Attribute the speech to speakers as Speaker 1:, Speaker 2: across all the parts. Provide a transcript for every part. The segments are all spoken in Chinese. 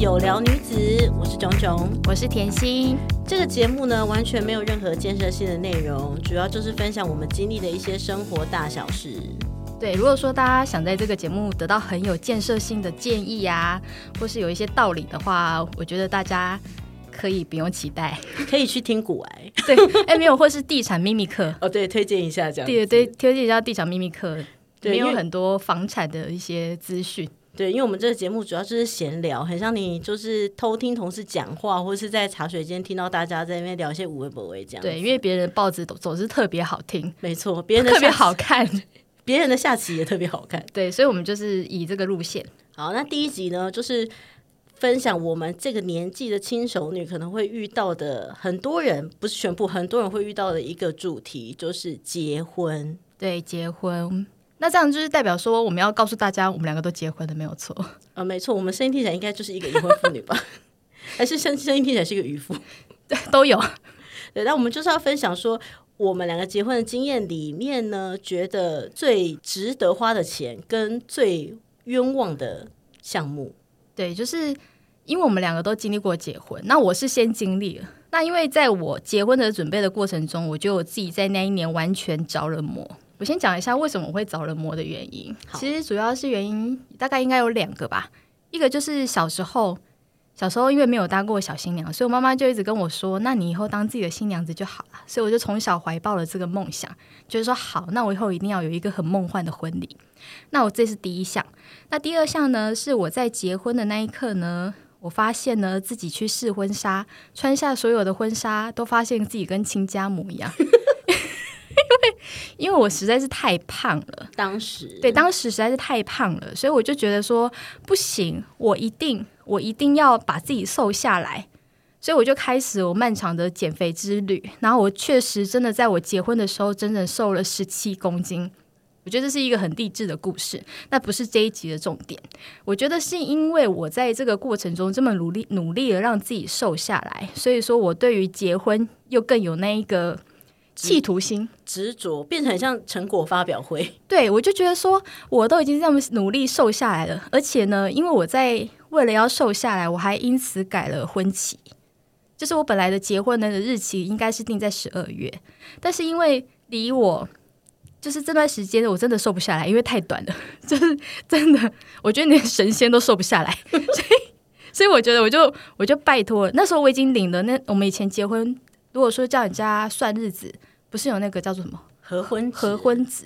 Speaker 1: 有聊女子，我是囧囧。
Speaker 2: 我是甜心，
Speaker 1: 这个节目呢，完全没有任何建设性的内容，主要就是分享我们经历的一些生活大小事。
Speaker 2: 对，如果说大家想在这个节目得到很有建设性的建议呀、或是有一些道理的话，我觉得大家可以不用 期待。
Speaker 1: 可以去听古癌
Speaker 2: 对，哎，没有，或是地产秘密课，
Speaker 1: 哦，对，推荐一下这样子。
Speaker 2: 对对，推荐一下地产秘密课，
Speaker 1: 对
Speaker 2: 没有
Speaker 1: 因为
Speaker 2: 很多房产的一些资讯。
Speaker 1: 对，因为我们这个节目主要就是闲聊，很像你就是偷听同事讲话，或是在茶水间听到大家在那边聊一些五味不味这样。
Speaker 2: 对，因，为别人的报纸总总是特别好听，
Speaker 1: 没错，别人的
Speaker 2: 特别
Speaker 1: 下棋
Speaker 2: 好，看。
Speaker 1: 别人的下棋也特别好看。
Speaker 2: 对，所以我们就是以这个路线。
Speaker 1: 好，那第一集呢，就是分享我们这个年纪的轻熟女可能会遇到的很多人，不是全部，很多人会遇到的一个主题，就是结婚。
Speaker 2: 对，结婚。那这样就是代表说，我们要告诉大家，我们两个都结婚了，没有错。
Speaker 1: 呃，没错，我们声音听起来应该就是一个已婚妇女吧， 还是声声音听起来是一个渔夫？
Speaker 2: 对，都有。
Speaker 1: 对，但我们就是要分享说，我们两个结婚的经验里面呢，觉得最值得花的钱跟最冤枉的项目。
Speaker 2: 对，就是因为我们两个都经历过结婚，那我是先经历了。那因为在我结婚的准备的过程中，我觉得我自己在那一年完全着了魔。我先讲一下为什么我会着了魔的原因。其实主要是原因大概应该有两个吧，一个就是小时候，小时候因为没有当过小新娘，所以我妈妈就一直跟我说：“那你以后当自己的新娘子就好了。”所以我就从小怀抱了这个梦想，就是说好，那我以后一定要有一个很梦幻的婚礼。那我这是第一项。那第二项呢，是我在结婚的那一刻呢，我发现呢自己去试婚纱，穿下所有的婚纱，都发现自己跟亲家母一样， 因为因为我实在是太胖了。
Speaker 1: 当时
Speaker 2: 对，当时实在是太胖了，所以我就觉得说不行，我一定我一定要把自己瘦下来。所以我就开始我漫长的减肥之旅，然后我确实真的在我结婚的时候，整整瘦了十七公斤。我觉得这是一个很励志的故事，那不是这一集的重点。我觉得是因为我在这个过程中这么努力努力的让自己瘦下来，所以说我对于结婚又更有那一个企图心。
Speaker 1: 执着变成很像成果发表会，
Speaker 2: 对，我就觉得说，我都已经这么努力瘦下来了，而且呢，因为我在为了要瘦下来，我还因此改了婚期，就是我本来的结婚的日期应该是定在十二月，但是因为离我就是这段时间我真的瘦不下来，因为太短了， 就是真的，我觉得连神仙都瘦不下来， 所以所以我觉得我就我就拜托了，那时候我已经领了那我们以前结婚，如果说叫人家算日子，不是有那个叫做什么？
Speaker 1: 合婚纸
Speaker 2: 合婚纸，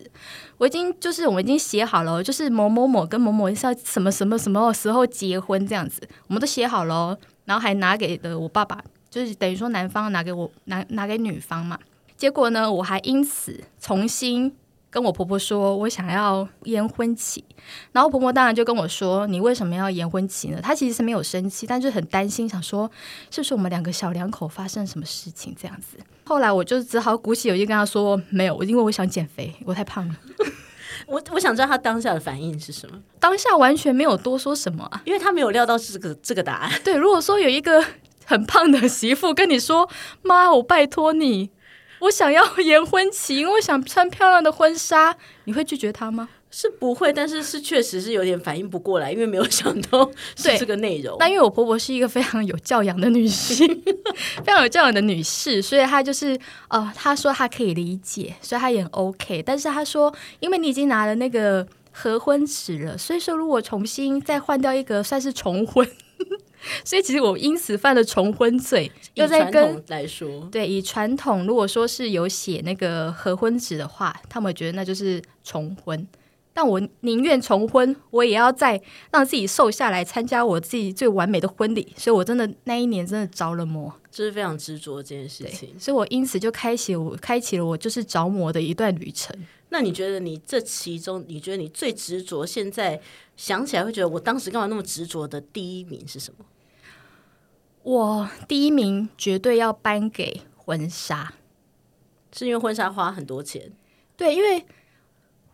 Speaker 2: 我已经就是我们已经写好了哦，就是某某某跟某某是要什么什么什么时候结婚这样子，我们都写好了哦，然后还拿给了我爸爸，就是等于说男方拿给我拿拿给女方嘛。结果呢，我还因此重新跟我婆婆说我想要延婚期，然后婆婆当然就跟我说你为什么要延婚期呢？她其实是没有生气，但是很担心，想说是不是我们两个小两口发生什么事情这样子。后来我就只好鼓起勇气跟他说：“没有，因为我想减肥，我太胖了。
Speaker 1: 我我想知道他当下的反应是什么，”
Speaker 2: 当下完全没有多说什么啊。
Speaker 1: 因为他没有料到是这个这个答案。
Speaker 2: 对，如果说有一个很胖的媳妇跟你说：“妈，我拜托你，我想要 延婚期，因为我想穿漂亮的婚纱。”你会拒绝她吗？
Speaker 1: 是不会，但是是确实是有点反应不过来，因为没有想到 是
Speaker 2: 对
Speaker 1: 这个内容。
Speaker 2: 那因为我婆婆是一个非常有教养的 女性，非常有教养的女士，所以她就是呃，她说她可以理解，所以她也很 OK。但是她说，因为你已经拿了那个合婚纸了，所以说如果重新再换掉一个，算是重婚。 所以其实我因此犯了重婚罪，又
Speaker 1: 以
Speaker 2: 在
Speaker 1: 传
Speaker 2: 跟
Speaker 1: 统来说，
Speaker 2: 对以传统，如果说是有写那个合婚纸的话，他们觉得那就是重婚。但我宁愿重婚，我也要再让自己瘦下来，参加我自己最完美的婚礼。所以，我真的那一年真的着了魔，
Speaker 1: 这是非常执着这件事情。
Speaker 2: 所以我因此就开启我开启了我就是着魔的一段旅程。
Speaker 1: 那你觉得你这其中，你觉得你最执着，现在想起来会觉得我当时干嘛那么执着的第一名是什么？
Speaker 2: 我第一名绝对要颁给婚纱，
Speaker 1: 是因为婚纱花很多钱，
Speaker 2: 对，因为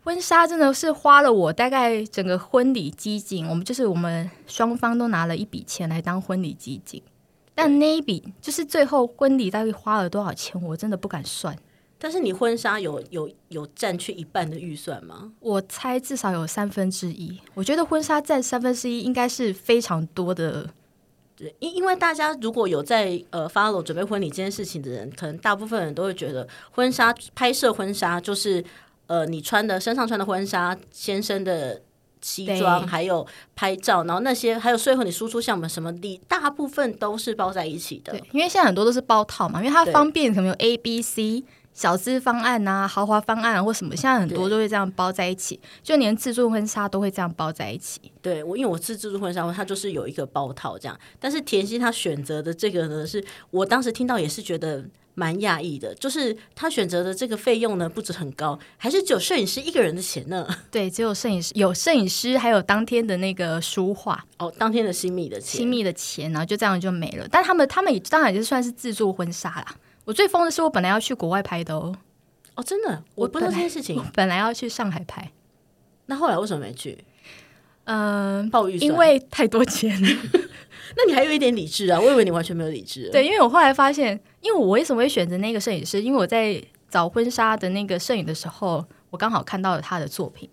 Speaker 2: 婚纱真的是花了我大概整个婚礼基金，我们就是我们双方都拿了一笔钱来当婚礼基金，但那一笔就是最后婚礼到底花了多少钱，我真的不敢算。
Speaker 1: 但是你婚纱有有有占去一半的预算吗？
Speaker 2: 我猜至少有三分之一，我觉得婚纱占三分之一应该是非常多的
Speaker 1: 对因因为大家如果有在呃 follow 准备婚礼这件事情的人，可能大部分人都会觉得婚纱拍摄婚纱就是呃你穿的身上穿的婚纱，先生的西装，
Speaker 2: 对
Speaker 1: 还有拍照，然后那些还有最后你输出项目什么礼，大部分都是包在一起的
Speaker 2: 对。，因为现在很多都是包套嘛，因为它
Speaker 1: 对
Speaker 2: 方便，什么有 A、B、C 小资方案呐、豪华方案啊，或什么，现在很多
Speaker 1: 对
Speaker 2: 都会这样包在一起，就连自助婚纱都会这样包在一起。
Speaker 1: 对我，因为我是自助婚纱，它就是有一个包套这样。但是甜心她选择的这个呢，是我当时听到也是觉得蛮讶异的，就是她选择的这个费用呢，不止很高，还是只有摄影师一个人的钱呢。
Speaker 2: 对，只有摄影师有摄影师，还有当天的那个书画
Speaker 1: 哦，当天的新密的钱，
Speaker 2: 亲密的钱，然后就这样就没了。但他们他们也当然也是算是自助婚纱啦。我最疯的是，我本来要去国外拍的哦，
Speaker 1: 哦，真的，
Speaker 2: 我
Speaker 1: 我不知道
Speaker 2: 本
Speaker 1: 这件
Speaker 2: 来
Speaker 1: 事情
Speaker 2: 我。本来要去上海拍，
Speaker 1: 那后来为什么没去？
Speaker 2: 嗯、
Speaker 1: 报预算？
Speaker 2: 因为太多钱了。
Speaker 1: 那你还有一点理智啊，我以为你完全没有理智。，
Speaker 2: 对，因为我后来发现，因为我为什么会选择那个摄影师？因为我在找婚纱的那个摄影的时候，我刚好看到了他的作品。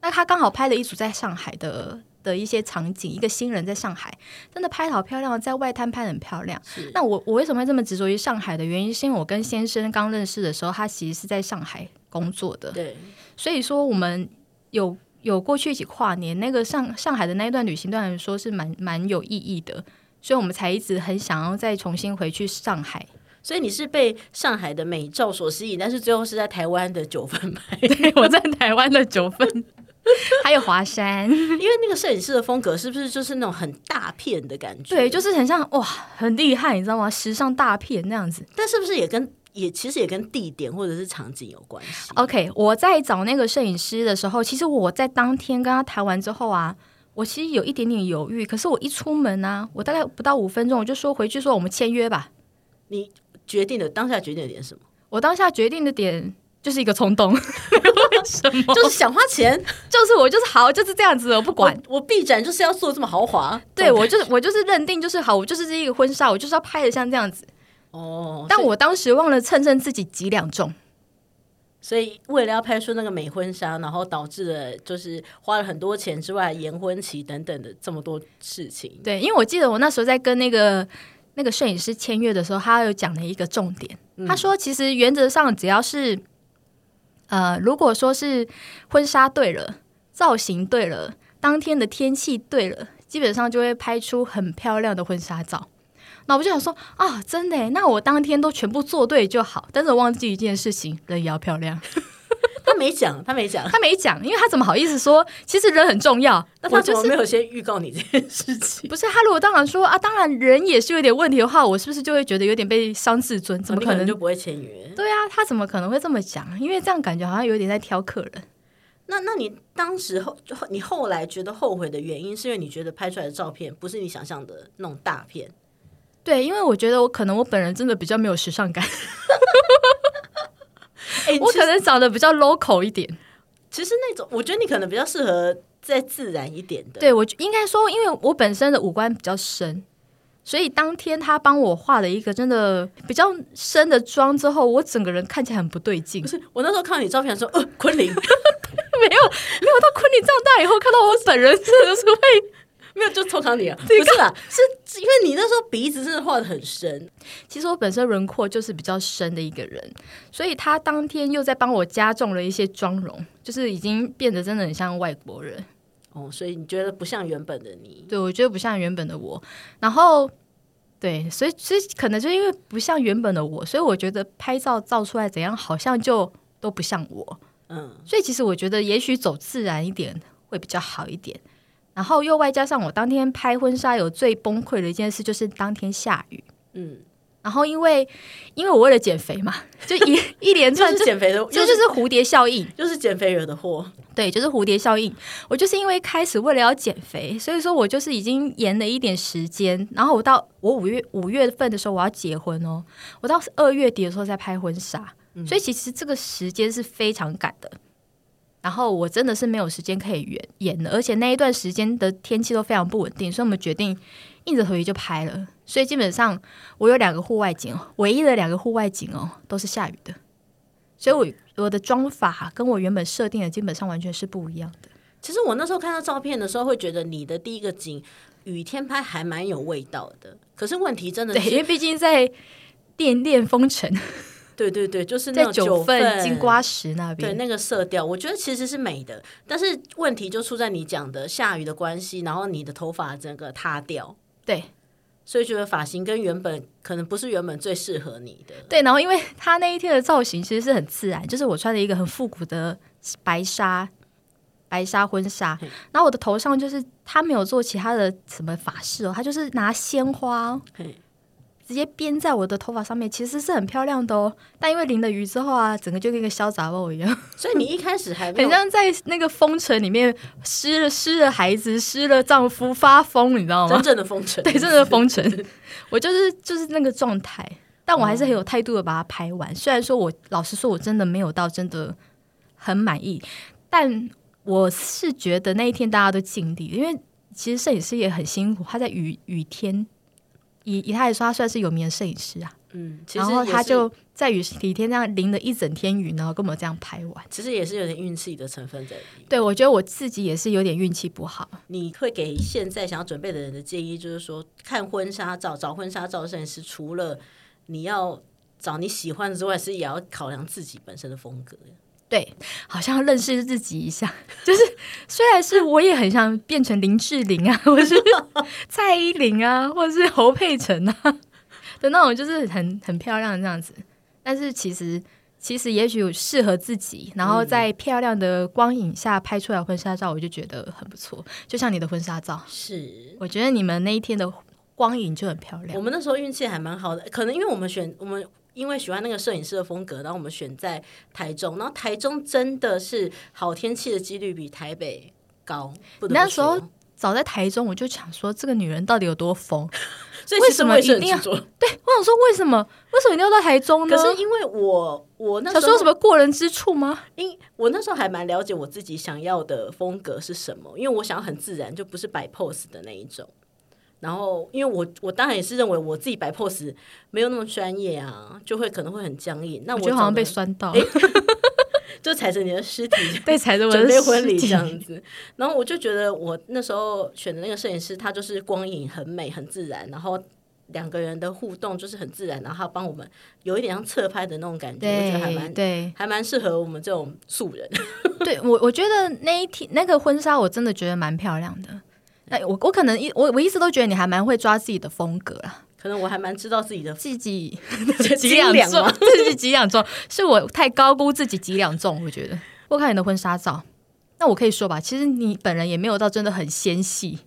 Speaker 2: 那他刚好拍了一组在上海的的一些场景，一个新人在上海，真的拍得好漂亮，在外滩拍得很漂亮。那我我为什么会这么执着于上海的原因，是因为我跟先生刚认识的时候，他其实是在上海工作的，
Speaker 1: 对，
Speaker 2: 所以说我们有有过去一起跨年，那个上上海的那一段旅行，对我来说是蛮蛮有意义的，所以我们才一直很想要再重新回去上 海。
Speaker 1: 所以你是被上海的美照所吸引，但是最后是在台湾的九份拍，
Speaker 2: 对我在台湾的九份， 还有华山，
Speaker 1: 因为那个摄影师的风格是不是就是那种很大片的感觉？
Speaker 2: 对，就是很像哇，很厉害，你知道吗？时尚大片那样子。
Speaker 1: 但是不是也跟也其实也跟地点或者是场景有关系？
Speaker 2: OK，我在找那个摄影师的时候，其实我在当天跟他谈完之后啊，我其实有一点点犹豫。可是我一出门呢、我大概不到五分钟，我就说回去说我们签约吧。
Speaker 1: 你决定的当下决定的点是什么？
Speaker 2: 我当下决定的点就是一个冲动， 为什 么？
Speaker 1: 就是想花钱，
Speaker 2: 就是我就是好就是这样子，我不管。
Speaker 1: 我我必展就是要做这么豪华。
Speaker 2: 对我就是我就是认定就是好，我就是这一个婚纱，我就是要拍的像这样子。
Speaker 1: 哦，
Speaker 2: 但我当时忘了称称自己几两重，
Speaker 1: 所以为了要拍出那个美婚纱，然后导致了就是花了很多钱之外，延婚期等等的这么多事情。
Speaker 2: 对，因为我记得我那时候在跟那个那个摄影师签约的时候，他有讲了一个重点，他说其实原则上只要是呃，如果说是婚纱对了，造型对了，当天的天气对了，基本上就会拍出很漂亮的婚纱照。那我就想说啊，真的耶，那我当天都全部做对就好。但是我忘记一件事情，人也要漂亮。
Speaker 1: 他没讲，他没讲，
Speaker 2: 他没讲，因为他怎么好意思说，其实人很重要。
Speaker 1: 那
Speaker 2: 我
Speaker 1: 他
Speaker 2: 就
Speaker 1: 怎
Speaker 2: 是
Speaker 1: 么没有先预告你这件事情？
Speaker 2: 不是他如果当然说啊，当然人也是有点问题的话，我是不是就会觉得有点被伤自尊？怎么
Speaker 1: 你
Speaker 2: 可能？
Speaker 1: 就不会签约？
Speaker 2: 对啊，他怎么可能会这么讲？因为这样感觉好像有点在挑客人。
Speaker 1: 那那你当时后就你后来觉得后悔的原因，是因为你觉得拍出来的照片不是你想象的那种大 片，
Speaker 2: 对，因为我觉得我可能我本人真的比较没有时尚感，
Speaker 1: 哎、
Speaker 2: 我
Speaker 1: 其实
Speaker 2: 可能长得比较 local 一点。
Speaker 1: 其实那种，我觉得你可能比较适合再自然一点的。
Speaker 2: 对我应该说，因为我本身的五官比较深，所以当天他帮我化了一个真的比较深的妆之后，我整个人看起来很不对劲
Speaker 1: 不。是我那时候看到你照片说，呃，昆凌
Speaker 2: 没有没有到昆凌长大以后看到我本人，真的是会
Speaker 1: 没有就抽考 你啊，不是啦，是是因为你那时候鼻子真的画的很深，
Speaker 2: 其实我本身轮廓就是比较深的一个人，所以他当天又在帮我加重了一些妆容，就是已经变得真的很像外国人。
Speaker 1: 哦，所以你觉得不像原本的你，
Speaker 2: 对我觉得不像原本的我，然后对，所以所以可能就因为不像原本的我，所以我觉得拍照照出来怎样，好像就都不像我。
Speaker 1: 嗯，
Speaker 2: 所以其实我觉得也许走自然一点会比较好一点。然后又外加上我当天拍婚纱有最崩溃的一件事，就是当天下雨。
Speaker 1: 嗯，
Speaker 2: 然后因为因为我为了减肥嘛，就一 一连
Speaker 1: 就
Speaker 2: 串
Speaker 1: 是
Speaker 2: 就
Speaker 1: 减肥的，
Speaker 2: 这就是蝴蝶效应，
Speaker 1: 就是减肥惹的祸，
Speaker 2: 对，就是蝴蝶效应。我就是因为开始为了要减肥，所以说我就是已经延了一点时间，然后我到我五月五月份的时候我要结婚哦，我到二月底的时候再拍婚纱，所以其实这个时间是非常赶的。然后我真的是没有时间可以延延了，而且那一段时间的天气都非常不稳定，所以我们决定硬着头皮就拍了。所以基本上我有两个户外景哦，唯一的两个户外景哦都是下雨的，所以我我的妆法跟我原本设定的基本上完全是不一样的。
Speaker 1: 其其实我那时候看到照片的时候，会觉得你的第一个景雨天拍还蛮有味道的。可是问题真的
Speaker 2: 对，因
Speaker 1: 是，
Speaker 2: 为毕竟在恋恋风尘，
Speaker 1: 对对对，就是那种
Speaker 2: 在九份
Speaker 1: 份
Speaker 2: 金瓜石那
Speaker 1: 对
Speaker 2: 边，
Speaker 1: 那个色调，我觉得其实是美的，但是问题就出在你讲的下雨的关系，然后你的头发整个塌掉，
Speaker 2: 对
Speaker 1: 所以觉得发型跟原本可能不是原本最适合你的。
Speaker 2: 对，然后因为他那一天的造型其实是很自然，就是我穿了一个很复古的白纱白纱婚纱，然后我的头上就是他没有做其他的什么法式哦，他就是拿鲜花、哦
Speaker 1: 嘿。
Speaker 2: 直接编在我的头发上面，其实是很漂亮的哦。但因为淋了雨之后啊，整个就跟一个小杂包一样，
Speaker 1: 所以你一开始还没
Speaker 2: 很
Speaker 1: 有
Speaker 2: 像在那个风尘里面失了失了孩子，失了丈夫，发疯，你知道吗？
Speaker 1: 真正的风尘，
Speaker 2: 啊 对，真的封尘。我就是就是那个状态，但我还是很有态度的把它拍完。虽然说我老实说，我真的没有到真的很满意，但我是觉得那一天大家都尽力，因为其实摄影师也很辛苦，他在雨雨天。以以他来说，他算是有名的摄影师啊。
Speaker 1: 嗯，其实
Speaker 2: 然后
Speaker 1: 也
Speaker 2: 他
Speaker 1: 是
Speaker 2: 就在雨雨天这样淋了一整天雨，然后跟我这样拍完。
Speaker 1: 其实也是有点运气的成分在里面。
Speaker 2: 对我觉得我自己也是有点运气不好。
Speaker 1: 你会给现在想要准备的人的建议，就是说，看婚纱照、找婚纱照摄影师，除了你要找你喜欢的之外，是也要考量自己本身的风格。
Speaker 2: 对，好像要认识自己一下。就是虽然是我也很想变成林志玲啊，或是蔡依林啊，或者是侯佩岑啊的那种，就是很很漂亮的这样子。但是其实其实也许有适合自己，然后在漂亮的光影下拍出来婚纱照，我就觉得很不错。就像你的婚纱照，
Speaker 1: 是
Speaker 2: 我觉得你们那一天的光影就很漂亮
Speaker 1: 我。们那时候运气还蛮好的，可能因为我们选我们。因为喜欢那个摄影师的风格，然后我们选在台中，然后台中真的是好天气的几率比台北高。不得不
Speaker 2: 那时候
Speaker 1: 说，
Speaker 2: 早在台中我就想说，这个女人到底有多疯？
Speaker 1: 所以
Speaker 2: 为
Speaker 1: 其实
Speaker 2: 什么
Speaker 1: 我也是很
Speaker 2: 一定要
Speaker 1: 执着。
Speaker 2: 我想说，为什么为什么一定要到台中哦呢？
Speaker 1: 可是因为我我那时
Speaker 2: 想
Speaker 1: 候
Speaker 2: 说有什么过人之处吗？
Speaker 1: 因我那时候还蛮了解我自己想要的风格是什么，因为我想要很自然，就不是摆 pose 的那一种。然后，因为我我当然也是认为我自己摆 pose 没有那么专业啊，就会可能会很僵硬。那
Speaker 2: 我
Speaker 1: 我
Speaker 2: 觉得好像被
Speaker 1: 找
Speaker 2: 酸到，
Speaker 1: 的就踩着你的尸体
Speaker 2: 被踩着我的
Speaker 1: 准备婚礼
Speaker 2: 尸体
Speaker 1: 这样子。然后我就觉得我那时候选的那个摄影师，他就是光影很美、很自然，然后两个人的互动就是很自然，然后他帮我们有一点像侧拍的那种感觉，我觉得还
Speaker 2: 对
Speaker 1: 蛮
Speaker 2: 对
Speaker 1: 还蛮适合我们这种素人。
Speaker 2: 对，我我觉得那一天那个婚纱我真的觉得蛮漂亮的。那我我可能一我我一直都觉得你还蛮会抓自己的风格啦，
Speaker 1: 可能我还蛮知道自 己的
Speaker 2: 自己
Speaker 1: 斤两
Speaker 2: 重
Speaker 1: 吗，
Speaker 2: 自己几两重，是我太高估自己几两重，我觉得。我看你的婚纱照，那我可以说吧，其实你本人也没有到真的很纤细，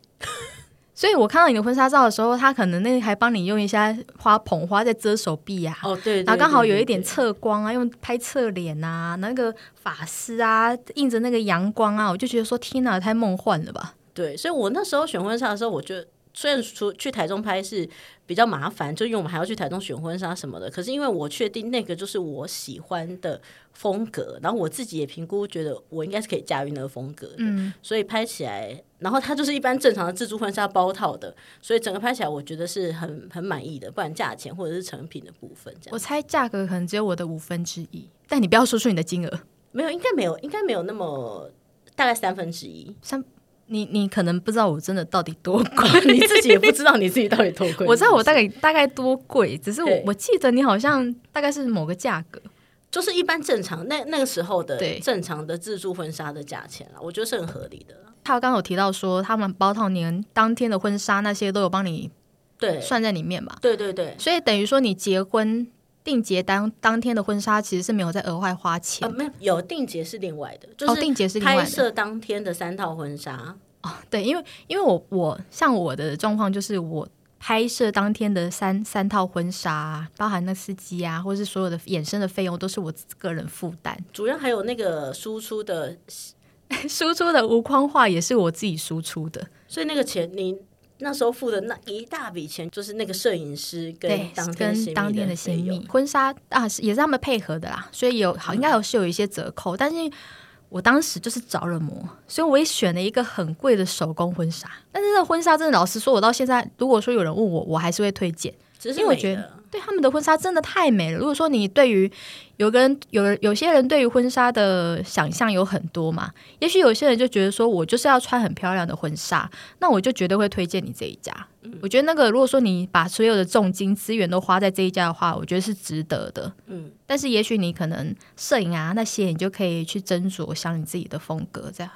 Speaker 2: 所以我看到你的婚纱照的时候，他可能那个还帮你用一些花捧花在遮手臂啊，
Speaker 1: 哦，对
Speaker 2: 然后刚好有一点
Speaker 1: 侧，
Speaker 2: 侧光啊，用拍侧脸啊，那个法师啊，映着那个阳光啊，我就觉得说天哪，太梦幻了吧？
Speaker 1: 对，所以我那时候选婚纱的时候，我觉得虽然出去台中拍是比较麻烦，就因为我们还要去台中选婚纱什么的，可是因为我确定那个就是我喜欢的风格，然后我自己也评估觉得我应该是可以驾驭那个风格的，
Speaker 2: 嗯，
Speaker 1: 所以拍起来，然后它就是一般正常的自助婚纱包套的，所以整个拍起来我觉得是很很满意的，不管价钱或者是成品的部分这样
Speaker 2: 我。猜价格可能只有我的五分之一，但你不要说出你的金额，
Speaker 1: 没有，应该没有，应该没有那么大概三分之 一。
Speaker 2: 你你可能不知道我真的到底多贵。
Speaker 1: 你自己也不知道你自己到底多贵。
Speaker 2: 我知道我大概大概多贵，只是我
Speaker 1: 对
Speaker 2: 我记得你好像大概是某个价格，
Speaker 1: 就是一般正常那那个时候
Speaker 2: 对
Speaker 1: 的正常的自助婚纱的价钱啦，我觉得是很合理的啦。
Speaker 2: 他刚刚有提到说他们包套年当天的婚纱那些都有帮你
Speaker 1: 对，
Speaker 2: 算在里面嘛，
Speaker 1: 对对对，
Speaker 2: 所以等于说你结婚定结当当天的婚纱其实是没有在额外花钱
Speaker 1: 呃，没有有定节是另外的，就
Speaker 2: 哦，定结是另外
Speaker 1: 拍
Speaker 2: 的
Speaker 1: 摄当天的三套婚纱，
Speaker 2: 哦，对，因为因为我我像我的状况就是我拍摄当天的三三套婚纱啊，包含那司机啊，或是所有的衍生的费用都是我个人负担，
Speaker 1: 主要还有那个输出的，
Speaker 2: 输出的无框化也是我自己输出的，
Speaker 1: 所以那个钱你。那时候付的那一大笔钱，就是那个摄影师
Speaker 2: 对
Speaker 1: 跟，当天新
Speaker 2: 跟
Speaker 1: 密
Speaker 2: 当天的
Speaker 1: 费
Speaker 2: 新
Speaker 1: 用
Speaker 2: 密婚纱啊是也是他们配合的啦，所以有好应该
Speaker 1: 嗯
Speaker 2: 有是有一些折扣，但是。我当时就是着了魔，所以我也选了一个很贵的手工婚纱。但是那个婚纱真的，老实说，我到现在，如果说有人问我，我还是会推荐。
Speaker 1: 只是
Speaker 2: 因为我
Speaker 1: 美
Speaker 2: 觉
Speaker 1: 的
Speaker 2: 对他们的婚纱真的太美了。如果说你对于有个人有人有些人对于婚纱的想象有很多嘛，也许有些人就觉得说我就是要穿很漂亮的婚纱，那我就绝对会推荐你这一家。我觉得那个如果说你把所有的重金资源都花在这一家的话，我觉得是值得的。嗯，但是也许你可能摄影啊那些，你就可以去斟酌，想你自己的风格这样。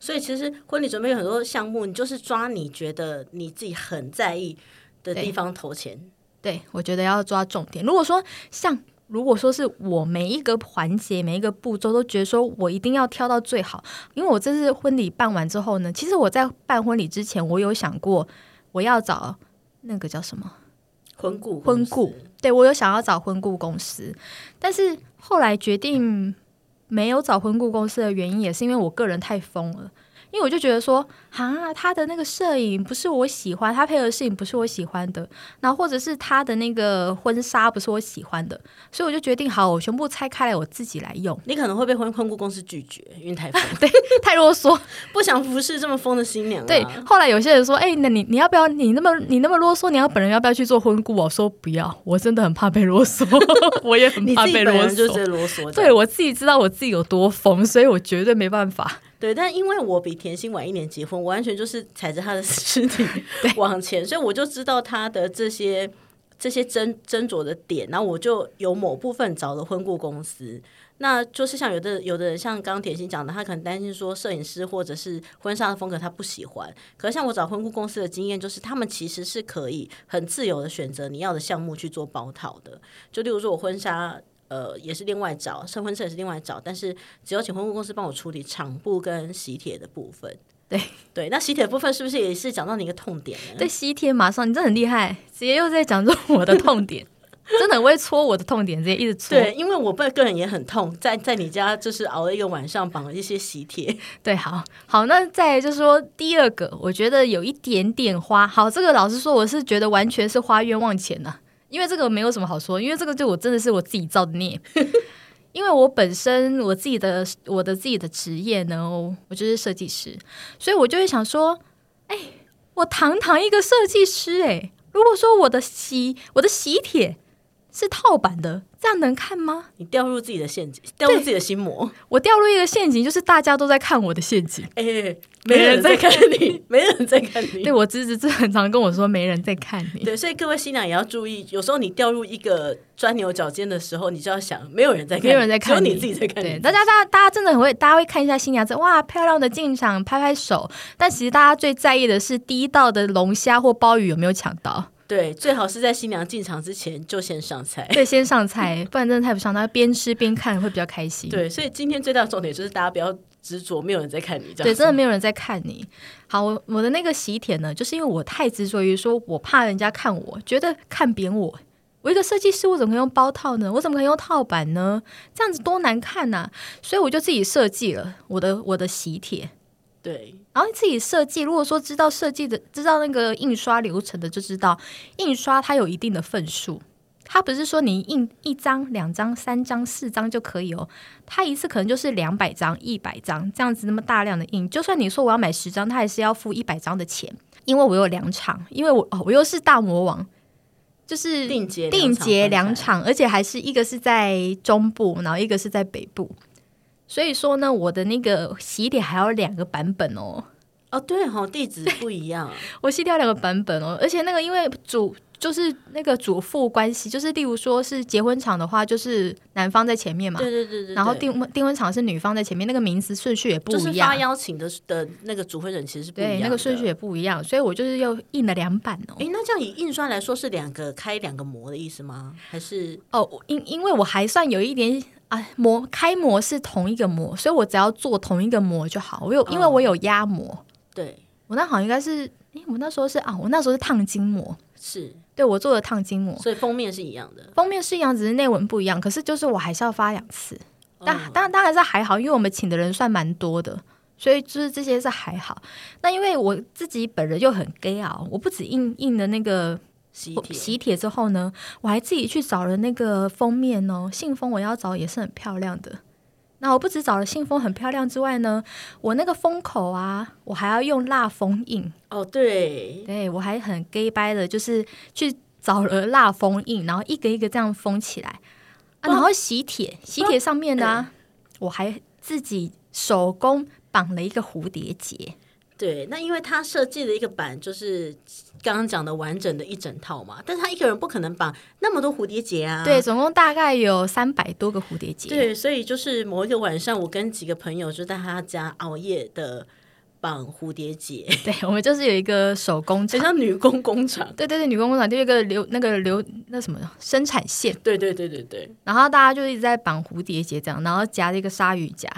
Speaker 1: 所以其实婚礼准备有很多项目，你就是抓你觉得你自己很在意的地方投钱。
Speaker 2: 对，我觉得要抓重点。如果说像如果说是我每一个环节、每一个步骤都觉得说我一定要挑到最好，因为我这次婚礼办完之后呢，其实我在办婚礼之前，我有想过我要找那个叫什么
Speaker 1: 婚顾
Speaker 2: 婚顾，对我有想要找婚顾公司，但是后来决定没有找婚顾公司的原因，也是因为我个人太疯了。因为我就觉得说，啊，他的那个摄影不是我喜欢，他配合的摄影不是我喜欢的，然后或者是他的那个婚纱不是我喜欢的，所以我就决定好，我全部拆开来我自己来 用，
Speaker 1: 你可能会被婚婚顾公司拒绝，因为太疯，
Speaker 2: 太啰嗦。
Speaker 1: 不想服侍这么疯的新娘、啊。
Speaker 2: 对，后来有些人说，哎、那你你要不要你那么你那么啰嗦，你要本人要不要去做婚顾？我说不要，我真的很怕被 啰嗦，我也很
Speaker 1: 你
Speaker 2: 怕
Speaker 1: 自己
Speaker 2: 被
Speaker 1: 本
Speaker 2: 啰
Speaker 1: 人就直
Speaker 2: 嗦。
Speaker 1: 接啰嗦。
Speaker 2: 对我自己知道我自己有多疯，所以我绝对没办法。
Speaker 1: 对，但因为我比甜心晚一年结婚，我完全就是踩着他的尸 体往前，所以我就知道他的这些这些斟斟酌的点，然后我就有某部分找了婚顾公司。那就是像有的有的人，像刚刚甜心讲的，他可能担心说摄影师或者是婚纱的风格他不喜欢。可是像我找婚顾公司的经验，就是他们其实是可以很自由的选择你要的项目去做包套的。就例如说我婚纱。呃，也是另外找，生婚摄也是另外找，但是只有请婚顾公司帮我处理场布跟喜帖的部分。
Speaker 2: 对
Speaker 1: 对，那喜帖的部分是不是也是讲到你一个痛点呢？
Speaker 2: 对，西天马上，你真的很厉害，直接又在讲中我的痛点，真的很会戳我的痛点，直接一直戳。
Speaker 1: 对，因为我本个人也很痛，在在你家就是熬了一个晚上，绑了一些喜帖。
Speaker 2: 对，好好，那再来就是说第二个，我觉得有一点点花。好，这个老实说，我是觉得完全是花冤枉钱呐、因为这个没有什么好说，因为这个就我真的是我自己造的孽。 因为我本身我自己的我的自己的职业呢，我我就是设计师，所以我就会想说，哎，我堂堂一个设计师、哎，如果说我的喜我的喜帖是套版的，这样能看吗？
Speaker 1: 你掉入自己的陷阱，掉入自己的心魔。
Speaker 2: 我掉入一个陷阱，就是大家都在看我的陷阱。
Speaker 1: 哎、没人在看你，没人在看你。
Speaker 2: 对我侄子，这很常跟我说，没人在看你。
Speaker 1: 对，所以各位新娘也要注意，有时候你掉入一个钻牛角尖的时候，你就要想，没有人在看你，
Speaker 2: 没有人在看
Speaker 1: 只
Speaker 2: 你，
Speaker 1: 有你自己在看
Speaker 2: 对，
Speaker 1: 你。
Speaker 2: 大家大家大家真的很会，大家会看一下新娘子，哇，漂亮的进场，拍拍手。但其实大家最在意的是第一道的龙虾或鲍鱼有没有抢 到，
Speaker 1: 对，最好是在新娘进场之前就先上菜。
Speaker 2: 对，先上菜，不然真的太不上道。边吃边看会比较开心。
Speaker 1: 对，所以今天最大的重点就是大家不要执着，没有人在看你这样子。
Speaker 2: 对，真的没有人在看你。好，我我的那个喜帖呢，就是因为我太执着于说，我怕人家看我，觉得看扁我。我一个设计师，我怎么可以用包套呢？我怎么可以用套版呢？这样子多难看呐、所以我就自己设计了我的我的喜帖，
Speaker 1: 对
Speaker 2: 然后自己设计。如果说知道设计的、知道那个印刷流程的，就知道印刷它有一定的份数，它不是说你印一张、两张、三张、四张就可以哦。它一次可能就是两百张、一百张这样子，那么大量的印，就算你说我要买十张，它还是要付一百张的钱，因为我有两场，因为我哦，我又是大魔王，就是
Speaker 1: 定节
Speaker 2: 定结两
Speaker 1: 两场
Speaker 2: 场，而且还是一个是在中部，然后一个是在北部。所以说呢，我的那个喜帖还有两个版本哦，
Speaker 1: 哦，对哈、哦，地址不一样，啊
Speaker 2: 我喜帖有两个版本哦，而且那个因为主就是那个主妇关系，就是例如说是结婚场的话，就是男方在前面嘛，
Speaker 1: 对对对对，
Speaker 2: 然后
Speaker 1: 对
Speaker 2: 订婚订婚场是女方在前面，那个名字顺序也不
Speaker 1: 就是
Speaker 2: 一样，
Speaker 1: 发邀请的的那个主婚人其实是不一样
Speaker 2: 对，
Speaker 1: 的，
Speaker 2: 那个顺序。也不一样，所以我就是又印了两版哦。
Speaker 1: 诶，那这样以印刷来说是两个开两个模的意思吗？还是
Speaker 2: 哦，我因因为我还算有一点啊模开模是同一个模，所以我只要做同一个模就好。我
Speaker 1: 哦
Speaker 2: 有因为我有压模，
Speaker 1: 对
Speaker 2: 我那好像应该是，诶，我那时候是啊，我那时候是烫金模，
Speaker 1: 是？
Speaker 2: 对我做的烫金模，
Speaker 1: 所以封面是一样的。
Speaker 2: 封面是一样，只是内文不一样。可是就是我还是要发两次，但
Speaker 1: 哦
Speaker 2: 当然当然是还好，因为我们请的人算蛮多的，所以就是这些是还好。那因为我自己本人又很 gay 啊，我不止印印的那个
Speaker 1: 喜帖
Speaker 2: 喜帖之后呢，我还自己去找了那个封面哦，信封我要找也是很漂亮的。那我不止找了信封很漂亮之外呢，我那个封口啊，我还要用蜡封印。
Speaker 1: 哦，对，
Speaker 2: 对我还很 gay 掰的，就是去找了蜡封印，然后一个一个这样封起来，啊、然后喜帖，喜帖上面呢、我还自己手工绑了一个蝴蝶结。
Speaker 1: 对，那因为他设计了一个版，就是刚刚讲的完整的一整套嘛，但是他一个人不可能绑那么多蝴蝶结啊。
Speaker 2: 对，总共大概有三百多个蝴蝶结。
Speaker 1: 对，所以就是某一个晚上，我跟几个朋友就在他家熬夜的绑蝴蝶结，
Speaker 2: 对，我们就是有一个手工
Speaker 1: 很
Speaker 2: 厂，
Speaker 1: 像女工工厂。
Speaker 2: 对对对，女工工厂就有一个流那个流那什么生产线，
Speaker 1: 对对对对对，
Speaker 2: 然后大家就一直在绑蝴蝶结这样，然后夹着一个鲨鱼夹，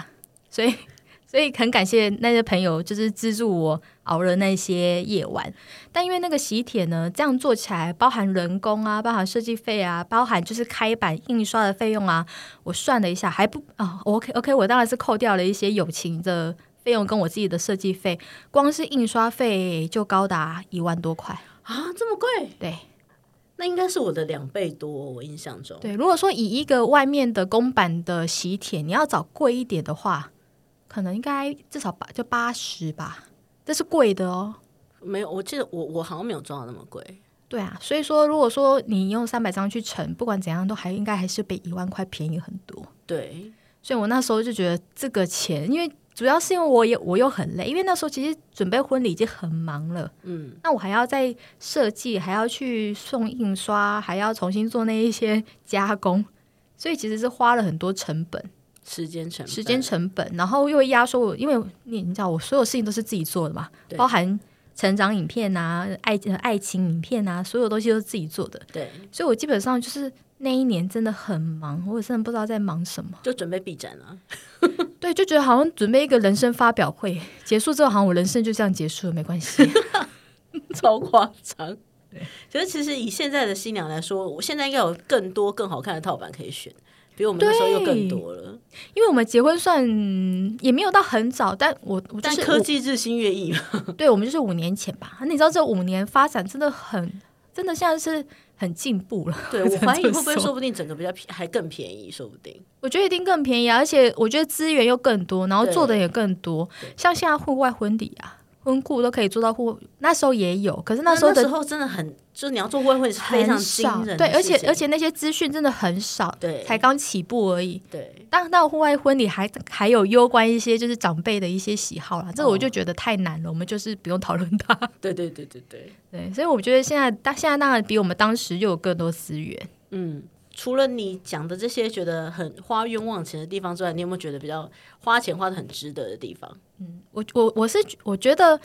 Speaker 2: 所以 所以很感谢那些朋友，就是资助我熬了那些夜晚。但因为那个喜帖呢，这样做起来包含人工啊，包含设计费啊，包含就是开版印刷的费用啊，我算了一下还不啊、o k OK，我当然是扣掉了一些友情的。费用跟我自己的设计费，光是印刷费就高达一万多块。
Speaker 1: 啊，这么贵，
Speaker 2: 对，
Speaker 1: 那应该是我的两倍多，我印象中。
Speaker 2: 对，如果说以一个外面的公版的喜帖，你要找贵一点的话，可能应该至少八就八十吧，这是贵的哦。
Speaker 1: 没有，我记得我我好像没有装到那么贵。
Speaker 2: 对啊，所以说如果说你用三百张去乘，不管怎样都还应该还是比一万块便宜很多。
Speaker 1: 对，
Speaker 2: 所以我那时候就觉得这个钱，因为主要是因为我也我又很累，因为那时候其实准备婚礼已经很忙了，
Speaker 1: 嗯，
Speaker 2: 那我还要再设计，还要去送印刷，还要重新做那一些加工，所以其实是花了很多成本。
Speaker 1: 时间成本
Speaker 2: 时间成本，然后又会压缩我，因为你你知道我所有事情都是自己做的嘛，
Speaker 1: 对
Speaker 2: 包含成长影片啊、爱爱情影片啊，所有东西都是自己做的，
Speaker 1: 对，
Speaker 2: 所以我基本上就是那一年真的很忙，我真的不知道在忙什么，
Speaker 1: 就准备 B 展啊了。
Speaker 2: 对，就觉得好像准备一个人生发表会，结束之后好像我人生就这样结束了，没关 系，
Speaker 1: 超夸张。可是其实以现在的新娘来说，我现在应该有更多更好看的套版可以选，比我们那时候又更多了。
Speaker 2: 因为我们结婚算嗯也没有到很早，但我我就
Speaker 1: 但
Speaker 2: 是
Speaker 1: 科技日新月异嘛，
Speaker 2: 对，我们就是五年前吧。你知道这五年发展真的很，真的现在是很进步了。
Speaker 1: 对
Speaker 2: 我只
Speaker 1: 我
Speaker 2: 能
Speaker 1: 怀疑
Speaker 2: 这
Speaker 1: 会
Speaker 2: 么
Speaker 1: 不会
Speaker 2: 说
Speaker 1: 说不定整个比较便还更便宜，说不定。
Speaker 2: 我觉得一定更便宜啊，而且我觉得资源又更多，然后做的也更多。像现在户外婚礼啊，婚顾都可以做到户，那时候也有，可是那时候
Speaker 1: 那
Speaker 2: 的
Speaker 1: 时候真的很，就是你要做婚会是非常
Speaker 2: 很
Speaker 1: 惊
Speaker 2: 少，
Speaker 1: 人的
Speaker 2: 对，而且
Speaker 1: 事情
Speaker 2: 而且那些资讯真的很少，
Speaker 1: 对
Speaker 2: 才刚起步而已。
Speaker 1: 对
Speaker 2: 但到户外婚礼还还有攸关一些就是长辈的一些喜好啦，这个
Speaker 1: 哦
Speaker 2: 我就觉得太难了，我们就是不用讨论它。
Speaker 1: 对对对对对，
Speaker 2: 对，所以我觉得现在当现在当然比我们当时又有更多资源。
Speaker 1: 嗯。除了你讲的这些觉得很花冤枉钱的地方之外，你有没有觉得比较花钱花的很值得的地 方？
Speaker 2: 我我我是我觉得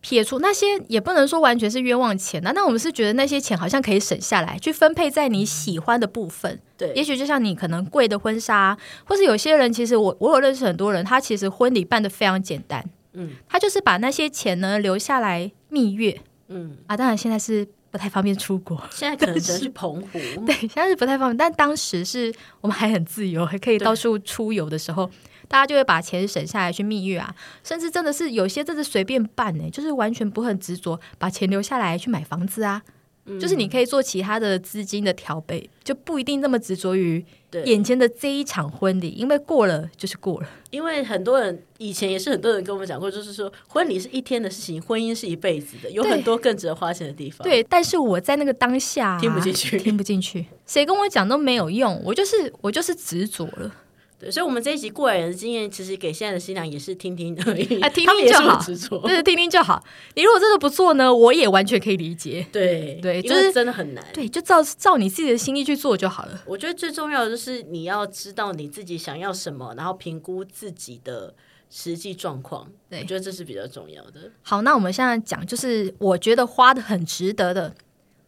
Speaker 2: 撇除那些也不能说完全是冤枉钱的，那我们是觉得那些钱好像可以省下来，去分配在你喜欢的部分。
Speaker 1: 嗯对
Speaker 2: 也许就像你可能贵的婚纱，或是有些人其实我我有认识很多人，他其实婚礼办的非常简单，
Speaker 1: 嗯，
Speaker 2: 他就是把那些钱呢留下来蜜月，
Speaker 1: 嗯，
Speaker 2: 啊，当然现在是不太方便出国，
Speaker 1: 现在可能只能去澎湖，
Speaker 2: 对， 现在是不太方便，但当时是我们还很自由，还可以到处出游的时候，大家就会把钱省下来去蜜月啊，甚至真的是有些真的随便办呢、就是完全不会很执着，把钱留下来去买房子啊，
Speaker 1: 嗯
Speaker 2: 就是你可以做其他的资金的调配，就不一定那么执着于
Speaker 1: 对，
Speaker 2: 眼前的这一场婚礼，因为过了就是过了，
Speaker 1: 因为很多人以前也是很多人跟我们讲过，就是说婚礼是一天的事情，婚姻是一辈子的，有
Speaker 2: 对
Speaker 1: 很多更值得花钱的地方。，
Speaker 2: 对。但是我在那个当下啊、
Speaker 1: 听不进去
Speaker 2: 听不进去，谁跟我讲都没有用，我就是我就是执着了。
Speaker 1: 对，所以我们这一集过来人的经验，其实给现在的新娘也是听听而已，
Speaker 2: 啊听听
Speaker 1: 他们也是
Speaker 2: 就好
Speaker 1: 很执 着。
Speaker 2: 对，听听就好。你如果真的不做呢，我也完全可以理解。
Speaker 1: 对
Speaker 2: 对
Speaker 1: 因
Speaker 2: 就
Speaker 1: 为
Speaker 2: 是
Speaker 1: 真的很难。
Speaker 2: 对，就照照你自己的心意去做就好了。
Speaker 1: 我觉得最重要的就是你要知道你自己想要什么，然后评估自己的实际状况。
Speaker 2: 对
Speaker 1: 我觉得这是比较重要的。
Speaker 2: 好，那我们现在讲，就是我觉得花的很值得的。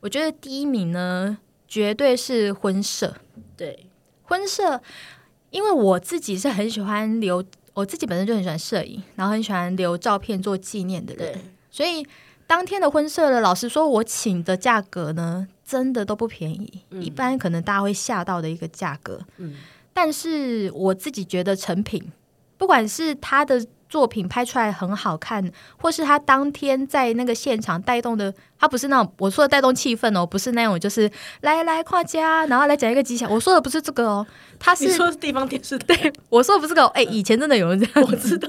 Speaker 2: 我觉得第一名呢，绝对是婚摄。
Speaker 1: 对，
Speaker 2: 婚摄，因为我自己是很喜欢留，我自己本身就很喜欢摄影，然后很喜欢留照片做纪念的人
Speaker 1: 对，
Speaker 2: 所以当天的婚摄呢，老实说，我请的价格呢，真的都不便宜，一般可能大家会吓到的一个价格。
Speaker 1: 嗯，
Speaker 2: 但是我自己觉得成品，不管是他的作品拍出来很好看，或是他当天在那个现场带动的，他不是那种我说的带动气氛哦，不是那种就是来来跨家，然后来讲一个吉祥。我说的不是这个哦，他
Speaker 1: 嗯你
Speaker 2: 是
Speaker 1: 说地方电视台，
Speaker 2: 我说的不是这个哦、哎、以前真的有人这样
Speaker 1: 我知道，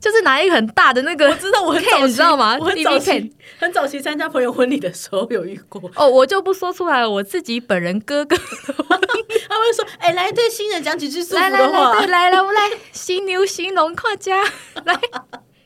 Speaker 2: 就是拿一个很大的那个，
Speaker 1: 我知道我很早
Speaker 2: can，
Speaker 1: 期
Speaker 2: 你知道吗？
Speaker 1: 我很早
Speaker 2: BB can
Speaker 1: 期很早期参加朋友婚礼的时候有遇过，
Speaker 2: 哦，我就不说出来了，我自己本人哥 哥，
Speaker 1: 他会说：“哎、来对新人讲几句祝福
Speaker 2: 来来
Speaker 1: 的话。
Speaker 2: 来，对，来来我们 来，新牛新龙跨 家，来，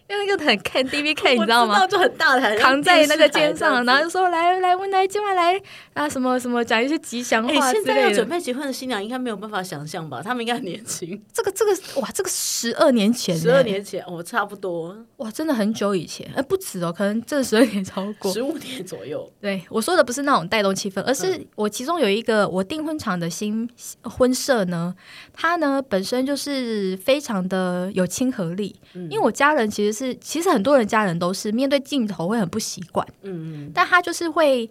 Speaker 2: 用那个很 can D V can，你
Speaker 1: 我
Speaker 2: 知道吗？
Speaker 1: 就很大台
Speaker 2: 扛在那个肩上，然后
Speaker 1: 后
Speaker 2: 就说来来，温来今晚来啊什么什么，讲一些吉祥
Speaker 1: 电视台这样子。哎、现
Speaker 2: 话之
Speaker 1: 在要
Speaker 2: 类的
Speaker 1: 准。备结婚的新娘应该没有办法想象吧？他们应该很年轻，
Speaker 2: 这个这个哇，这个十二年前呢，
Speaker 1: 十二年前，我、差不多
Speaker 2: 哇，真的很久以前，哎，不止哦，可能这十二年超过。
Speaker 1: 十五年左右。
Speaker 2: 对我说的不是那种带动气氛，而
Speaker 1: 嗯
Speaker 2: 是我其中有一个我订婚场的新婚社呢，它呢本身就是非常的有亲和力，
Speaker 1: 嗯
Speaker 2: 因为我家人其实是，其实很多人家人都是面对镜头会很不习惯，
Speaker 1: 嗯，嗯
Speaker 2: 但他就是会，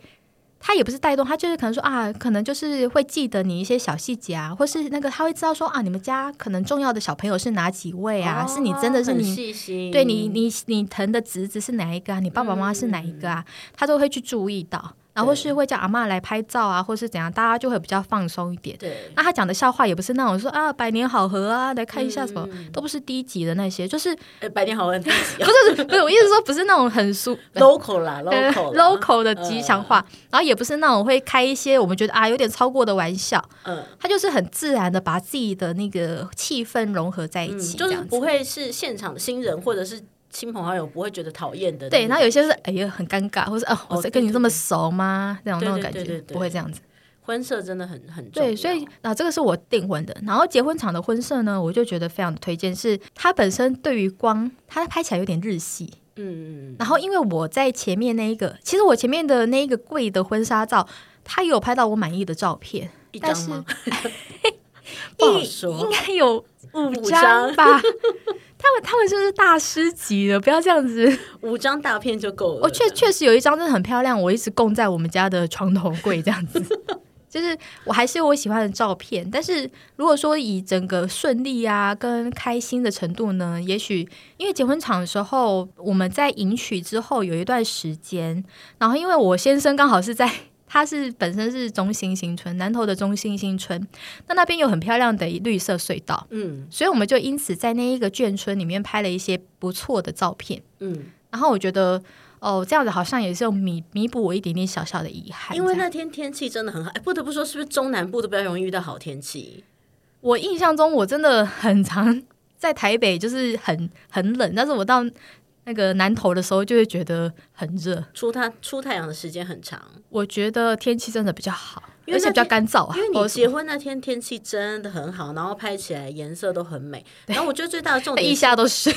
Speaker 2: 他也不是带动，他就是可能说啊，可能就是会记得你一些小细节啊，或是那个他会知道说啊，你们家可能重要的小朋友是哪几位啊，是你真的是
Speaker 1: 哦很
Speaker 2: 你
Speaker 1: 细心，
Speaker 2: 对你，你你疼的侄子是哪一个啊？你爸爸妈妈是哪一个
Speaker 1: 嗯
Speaker 2: 啊？他都会去注意到，然后
Speaker 1: 对
Speaker 2: 是会叫阿嬷来拍照啊，或是怎样，大家就会比较放松一点。
Speaker 1: 对，
Speaker 2: 那他讲的笑话也不是那种说啊百年好合啊，来看一下什么，
Speaker 1: 嗯
Speaker 2: 都不是低级的那 些，就是
Speaker 1: 哎、百年好合很低级
Speaker 2: 不
Speaker 1: 啊
Speaker 2: 是不是我意思说不是那种 很俗
Speaker 1: local 啦
Speaker 2: 呃
Speaker 1: ，local 啊嗯啦
Speaker 2: local 的吉祥话，然后也不是那种会开一些我们觉得啊有点超过的玩笑，
Speaker 1: 嗯，
Speaker 2: 他就是很自然的把自己的那个气氛融合在一起，
Speaker 1: 嗯就
Speaker 2: 这
Speaker 1: 是
Speaker 2: 样子
Speaker 1: 不会是现场的新人或者是亲朋好友不会觉得讨厌的那种。
Speaker 2: 对，然后有些是哎呀很尴尬，或是哦我
Speaker 1: 嗯哦
Speaker 2: 在
Speaker 1: 对
Speaker 2: 跟你
Speaker 1: 对
Speaker 2: 这么熟吗？这种那
Speaker 1: 对
Speaker 2: 种
Speaker 1: 对
Speaker 2: 感
Speaker 1: 对
Speaker 2: 觉
Speaker 1: 对对
Speaker 2: 不会这样子。
Speaker 1: 婚摄真的很很重要
Speaker 2: 对，所以啊，这个是我订婚的，然后结婚场的婚摄呢，我就觉得非常推荐，是它本身对于光，它拍起来有点日系。
Speaker 1: 嗯嗯嗯
Speaker 2: 然后因为我在前面那一个，其实我前面的那一个贵的婚纱照，它有拍到我满意的照片，
Speaker 1: 一
Speaker 2: 但
Speaker 1: 张
Speaker 2: 是
Speaker 1: 吗？不好
Speaker 2: 应
Speaker 1: 说
Speaker 2: 应该有五
Speaker 1: 五
Speaker 2: 张
Speaker 1: 张
Speaker 2: 吧。 他们他们就是大师级的，不要这样子。
Speaker 1: 五张大片就够了。
Speaker 2: 我确确实有一张真的很漂亮，我一直供在我们家的床头柜这样子。就是我还是有我喜欢的照片，但是如果说以整个顺利啊跟开心的程度呢，也许因为结婚场的时候，我们在迎娶之后有一段时间，然后因为我先生刚好是在。他是本身是中心新村，南投的中心新村，那那边有很漂亮的绿色隧道，
Speaker 1: 嗯
Speaker 2: 所以我们就因此在那一个眷村里面拍了一些不错的照片。
Speaker 1: 嗯，
Speaker 2: 然后我觉得，哦，这样子好像也是有弥弥补我一点点小小的遗憾这样。
Speaker 1: 因为那天天气真的很好，哎，不得不说，是不是中南部都比较容易遇到好天气？
Speaker 2: 我印象中，我真的很常在台北，就是很很冷，但是我到那个南投的时候，就会觉得很热。
Speaker 1: 出太出太阳的时间很长，
Speaker 2: 我觉得天气真的比较好，
Speaker 1: 因为
Speaker 2: 而且
Speaker 1: 那
Speaker 2: 比较
Speaker 1: 天
Speaker 2: 干燥啊。
Speaker 1: 因为
Speaker 2: 不
Speaker 1: 你
Speaker 2: 知道
Speaker 1: 结婚那天天气真的很好，然后拍起来颜色都很美。然后我觉得最大的重
Speaker 2: 为什么
Speaker 1: 点
Speaker 2: 哎一
Speaker 1: 是
Speaker 2: 下都是，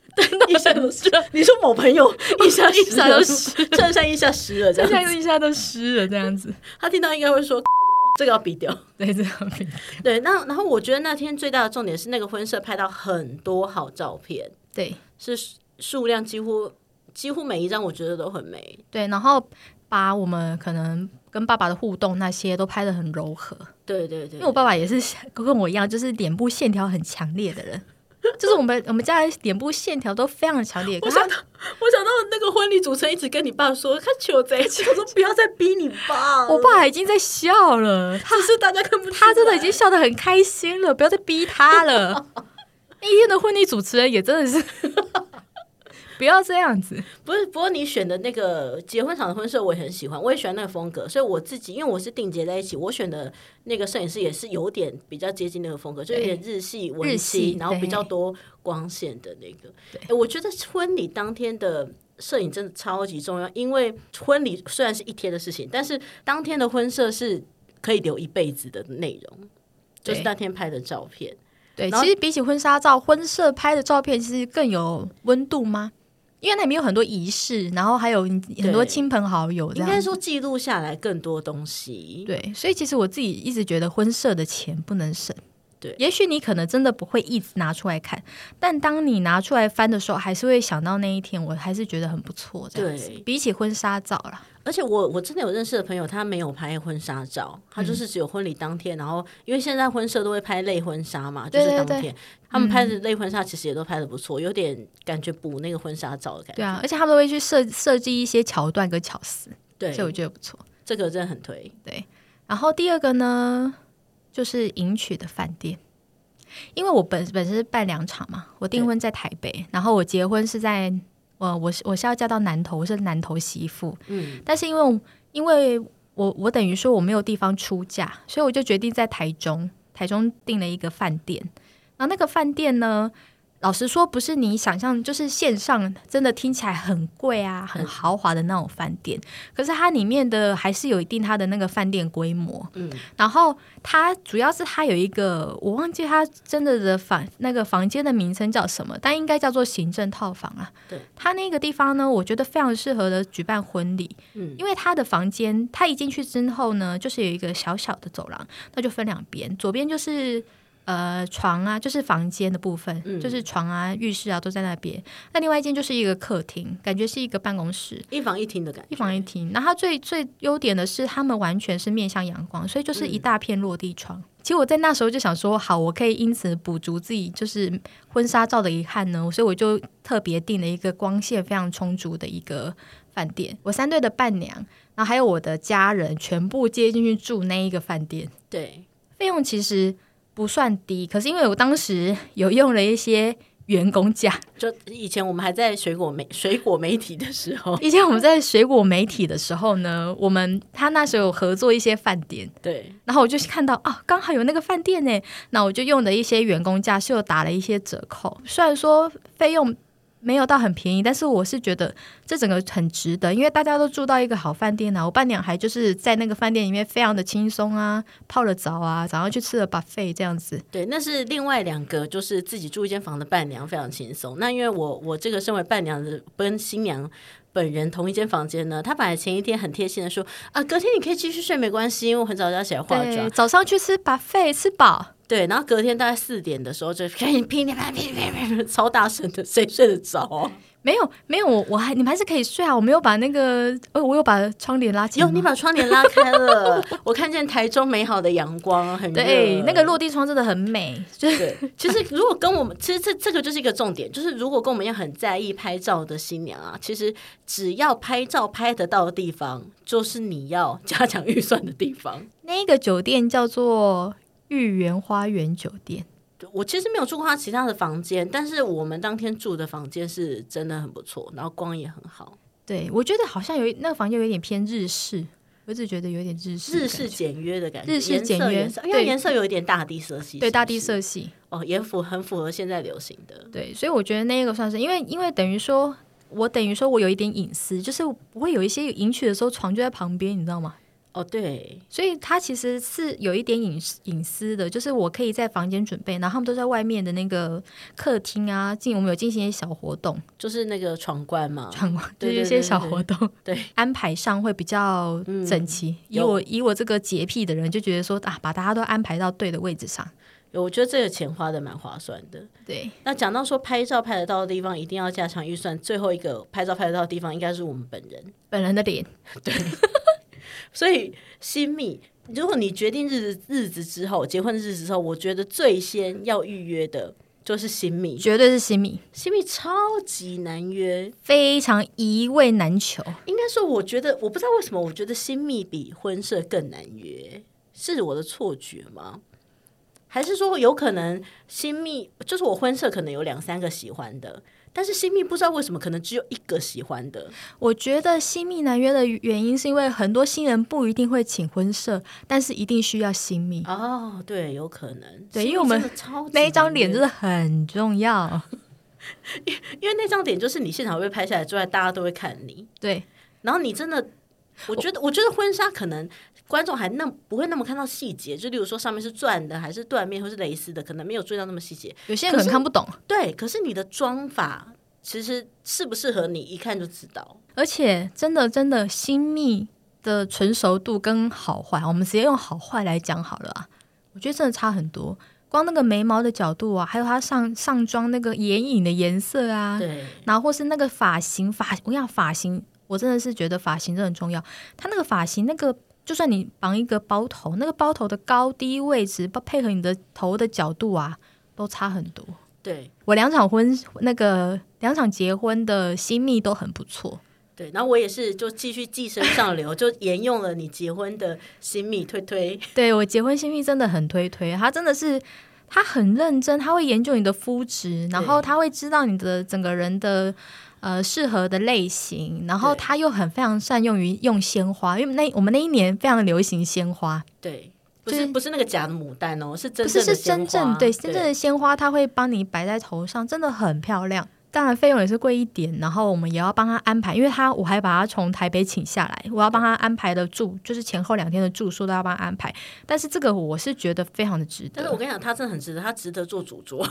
Speaker 1: 一下都湿了。 你说某朋友一下
Speaker 2: 一下都
Speaker 1: 湿了，衬衫一下湿了，这
Speaker 2: 一
Speaker 1: 样
Speaker 2: 下都一下都湿了，这样子，
Speaker 1: 他听到应该会说 这个要比掉。
Speaker 2: 对，这样比
Speaker 1: 对，那然后我觉得那天最大的重点是那个婚摄拍到很多好照片，
Speaker 2: 对
Speaker 1: 是数量几乎几乎每一张我觉得都很美。
Speaker 2: 对，然后把我们可能跟爸爸的互动那些都拍得很柔和。
Speaker 1: 对对对，
Speaker 2: 因为我爸爸也是跟我一样，就是脸部线条很强烈的人，就是我们我们家人脸部线条都非常强烈。可
Speaker 1: 我
Speaker 2: 是他
Speaker 1: 想到我想到那个婚礼主持人一直跟你爸说，他求 贼，我说不要再逼你爸了，
Speaker 2: 我爸已经在笑了，
Speaker 1: 只是大家看不出来，
Speaker 2: 他真的已经笑得很开心了，不要再逼他了。那一天的婚礼主持人也真的是 不要这样子，
Speaker 1: 不是。不过你选的那个结婚场的婚摄我也很喜欢，我也喜欢那个风格，所以我自己因为我是定结在一起，我选的那个摄影师也是有点比较接近那个风格，就有点日系文
Speaker 2: 日
Speaker 1: 青
Speaker 2: 系，
Speaker 1: 然后比较
Speaker 2: 对
Speaker 1: 多光线的那个。哎，我觉得婚礼当天的。摄影真的超级重要，因为婚礼虽然是一天的事情，但是当天的婚摄是可以留一辈子的内容，就是
Speaker 2: 对
Speaker 1: 那天拍的照片。
Speaker 2: 对，
Speaker 1: 然后
Speaker 2: 其实比起婚纱照，婚摄拍的照片其实更有温度吗？因为那里面有很多仪式，然后还有很多
Speaker 1: 对
Speaker 2: 亲朋好友，这
Speaker 1: 应
Speaker 2: 样
Speaker 1: 该说记录下来更多东西。
Speaker 2: 对，所以其实我自己一直觉得婚摄的钱不能省。
Speaker 1: 对
Speaker 2: 也许你可能真的不会一直拿出来看，但当你拿出来翻的时候，还是会想到那一天，我还是觉得很不错。这样子
Speaker 1: 对，
Speaker 2: 比起婚纱照啦，
Speaker 1: 而且我我真的有认识的朋友，他没有拍婚纱照，他
Speaker 2: 嗯
Speaker 1: 就是只有婚礼当天，然后因为现在婚摄都会拍类婚纱嘛，就
Speaker 2: 对
Speaker 1: 是当
Speaker 2: 对嗯
Speaker 1: 天他们拍的类婚纱其实也都拍的不错，有点感觉补那个婚纱照的感
Speaker 2: 对
Speaker 1: 觉。
Speaker 2: 啊，而且他们都会去设设计一些桥段跟巧思，
Speaker 1: 对，
Speaker 2: 所以我觉得不错。
Speaker 1: 这个真的很推。
Speaker 2: 对，然后第二个呢，就是迎娶的饭店。因为我本本身是办两场嘛，我订婚在台北，然后我结婚是在呃，我是我是要嫁到南投，我是南投媳妇，嗯，但是因为因为我我等于说我没有地方出嫁，所以我就决定在台中，台中订了一个饭店，然后那个饭店呢。老实说，不是你想象，就是线上真的听起来很贵啊、很豪华的那种饭店，可是它里面的还是有一定它的那个饭店规模。嗯，然后它主要是它有一个，我忘记它真的的房那个房间的名称叫什么，但应该叫做行政套房啊。
Speaker 1: 对，
Speaker 2: 它那个地方呢，我觉得非常适合的举办婚礼。嗯，因为它的房间，它一进去之后呢，就是有一个小小的走廊，那就分两边，左边就是。呃，床啊，就是房间的部分，就是床啊、浴室啊都在那边。那另外一间就是一个客厅，感觉是一个办公室。
Speaker 1: 一房一厅的感觉，
Speaker 2: 一房一厅。那它最最优点的是，他们完全是面向阳光，所以就是一大片落地窗。其实我在那时候就想说，好，我可以因此补足自己就是婚纱照的遗憾呢，所以我就特别订了一个光线非常充足的一个饭店。我三队的伴娘，然后还有我的家人，全部接进去住那一个饭店，
Speaker 1: 对，
Speaker 2: 费用其实不算低，可是因为我当时有用了一些员工价，
Speaker 1: 就以前我们还在水果媒水果媒体的时候，
Speaker 2: 以前我们在水果媒体的时候呢，我们他那时候有合作一些饭店，
Speaker 1: 对，
Speaker 2: 然后我就看到啊，刚好有那个饭店呢，那我就用的一些员工价是有打了一些折扣，虽然说费用没有到很便宜，但是我是觉得这整个很值得，因为大家都住到一个好饭店啊，我伴娘还就是在那个饭店里面非常的轻松啊，泡了澡啊，早上去吃了 buffet 这样子，
Speaker 1: 对，那是另外两个，就是自己住一间房的伴娘非常轻松。那因为我我这个身为伴娘的跟新娘本人同一间房间呢，她本来前一天很贴心的说啊，隔天你可以继续睡没关系，因为我很早就要起来化
Speaker 2: 对，
Speaker 1: 妆。
Speaker 2: 早上去吃 buffet 吃饱，
Speaker 1: 对，然后隔天大概四点的时候就开始噼里啪啦噼里啪啦噼里啪啦超大声的，谁睡得着、啊？
Speaker 2: 没有没有，我我还你们还是可以睡啊，我没有把那个呃，我有把窗帘拉起
Speaker 1: 哟，
Speaker 2: 来。
Speaker 1: 你把窗帘拉开了， 我看见台中美好的阳光，很热
Speaker 2: 对，那个落地窗真的很美，就是
Speaker 1: 对， 其实如果跟我们，其实这这个就是一个重点，就是如果跟我们一样很在意拍照的新娘啊，其实只要拍照拍得到的地方，就是你要加强预算的地方。
Speaker 2: 那个酒店叫做玉园花园酒店，
Speaker 1: 我其实没有住过他其他的房间，但是我们当天住的房间是真的很不错，然后光也很好，
Speaker 2: 对我觉得好像有一那个房间有点偏日式，我只觉得有点日式的
Speaker 1: 日
Speaker 2: 感觉，
Speaker 1: 式简约的感觉，
Speaker 2: 日式
Speaker 1: 颜色
Speaker 2: 简约
Speaker 1: 颜色因为
Speaker 2: 对
Speaker 1: 颜色有一点大地色系，
Speaker 2: 对大地
Speaker 1: 是不是
Speaker 2: 色系，
Speaker 1: 哦，也符很符合现在流行的，
Speaker 2: 对，所以我觉得那个算是因为因为等于说。我等于说，我有一点隐私，就是我不会有一些迎娶的时候床就在旁边，你知道吗？
Speaker 1: 哦对，
Speaker 2: 所以它其实是有一点隐私隐私的，就是我可以在房间准备，然后他们都在外面的那个客厅啊，进我们有进行一些小活动，
Speaker 1: 就是那个闯关嘛，
Speaker 2: 看 过就
Speaker 1: 对对
Speaker 2: 是一
Speaker 1: 对
Speaker 2: 些小活动，
Speaker 1: 对 嗯
Speaker 2: 安排上会比较整齐。以
Speaker 1: 有
Speaker 2: 我以我这个洁癖的人，就觉得说啊，把大家都安排到对的位置上，
Speaker 1: 我觉得这个钱花的蛮划算的。
Speaker 2: 对，
Speaker 1: 那讲到说拍照拍得到的地方，一定要加强预算。最后一个拍照拍得到的地方，应该是我们本人。
Speaker 2: 本人的脸。
Speaker 1: 所以，新密，如果你决定日子日子之后，结婚日子之后，我觉得最先要预约的就是新密。
Speaker 2: 绝对是新米，
Speaker 1: 新密超级难约，
Speaker 2: 非常一位难求。
Speaker 1: 应该说，我觉得我不知道为什么，我觉得新密比婚摄更难约，是我的错觉吗？还是说有可能新密就是我婚摄可能有两三个喜欢的，但是新密不知道为什么可能只有一个喜欢的。
Speaker 2: 我觉得新密难约的原因是因为很多新人不一定会请婚摄，但是一定需要新密。
Speaker 1: 哦，对，有可能。
Speaker 2: 对
Speaker 1: 新
Speaker 2: 因为我们
Speaker 1: 密真的超级
Speaker 2: 那一张脸
Speaker 1: 难
Speaker 2: 真的很重要。
Speaker 1: 约，因为那张脸就是你现场被拍下来之外，大家都会看你。
Speaker 2: 对，
Speaker 1: 然后你真的，我觉得，我觉得婚纱可能观众还那不会那么看到细节，就例如说上面是钻的还是缎面或是蕾丝的，可能没有注意到那么细节。
Speaker 2: 有些人可能看不懂，
Speaker 1: 对，可是你的妆法其实适不适合你，一看就知道。
Speaker 2: 而且真的真的新密的成熟度跟好坏，我们直接用好坏来讲好了啊。我觉得真的差很多，光那个眉毛的角度啊，还有它上上妆那个眼影的颜色啊，
Speaker 1: 对，
Speaker 2: 然后或是那个发型发，我跟你讲发型，我真的是觉得发型真的很重要。它那个发型那个。就算你绑一个包头，那个包头的高低位置，包配合你的头的角度啊，都差很多。
Speaker 1: 对。
Speaker 2: 我两场婚，那个两场结婚的新密都很不错。
Speaker 1: 对，然后我也是就继续寄生上流，就沿用了你结婚的新密推推，
Speaker 2: 对我结婚新密真的很推推，他真的是他很认真，他会研究你的肤质，然后
Speaker 1: 对
Speaker 2: 他会知道你的整个人的呃适合的类型，然后
Speaker 1: 对
Speaker 2: 他又很非常善用于用鲜花，因为那我们那一年非常流行鲜花，
Speaker 1: 对，不
Speaker 2: 就是
Speaker 1: 是不是那个假的牡丹哦，是真
Speaker 2: 不是
Speaker 1: 正的
Speaker 2: 是
Speaker 1: 鲜
Speaker 2: 真正
Speaker 1: 花
Speaker 2: 对真正的鲜花，它会帮你摆在头上，真的很漂亮。当然费用也是贵一点，然后我们也要帮他安排，因为他我还把他从台北请下来，我要帮他安排的住，就是前后两天的住宿都要帮他安排。但是这个我是觉得非常的值
Speaker 1: 但
Speaker 2: 得
Speaker 1: 是我，跟你讲，它真的很值得，它值得做主桌，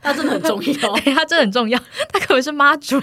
Speaker 1: 它真的很哦重 要。
Speaker 2: 对，他真哎的很重要，他可能是妈祖。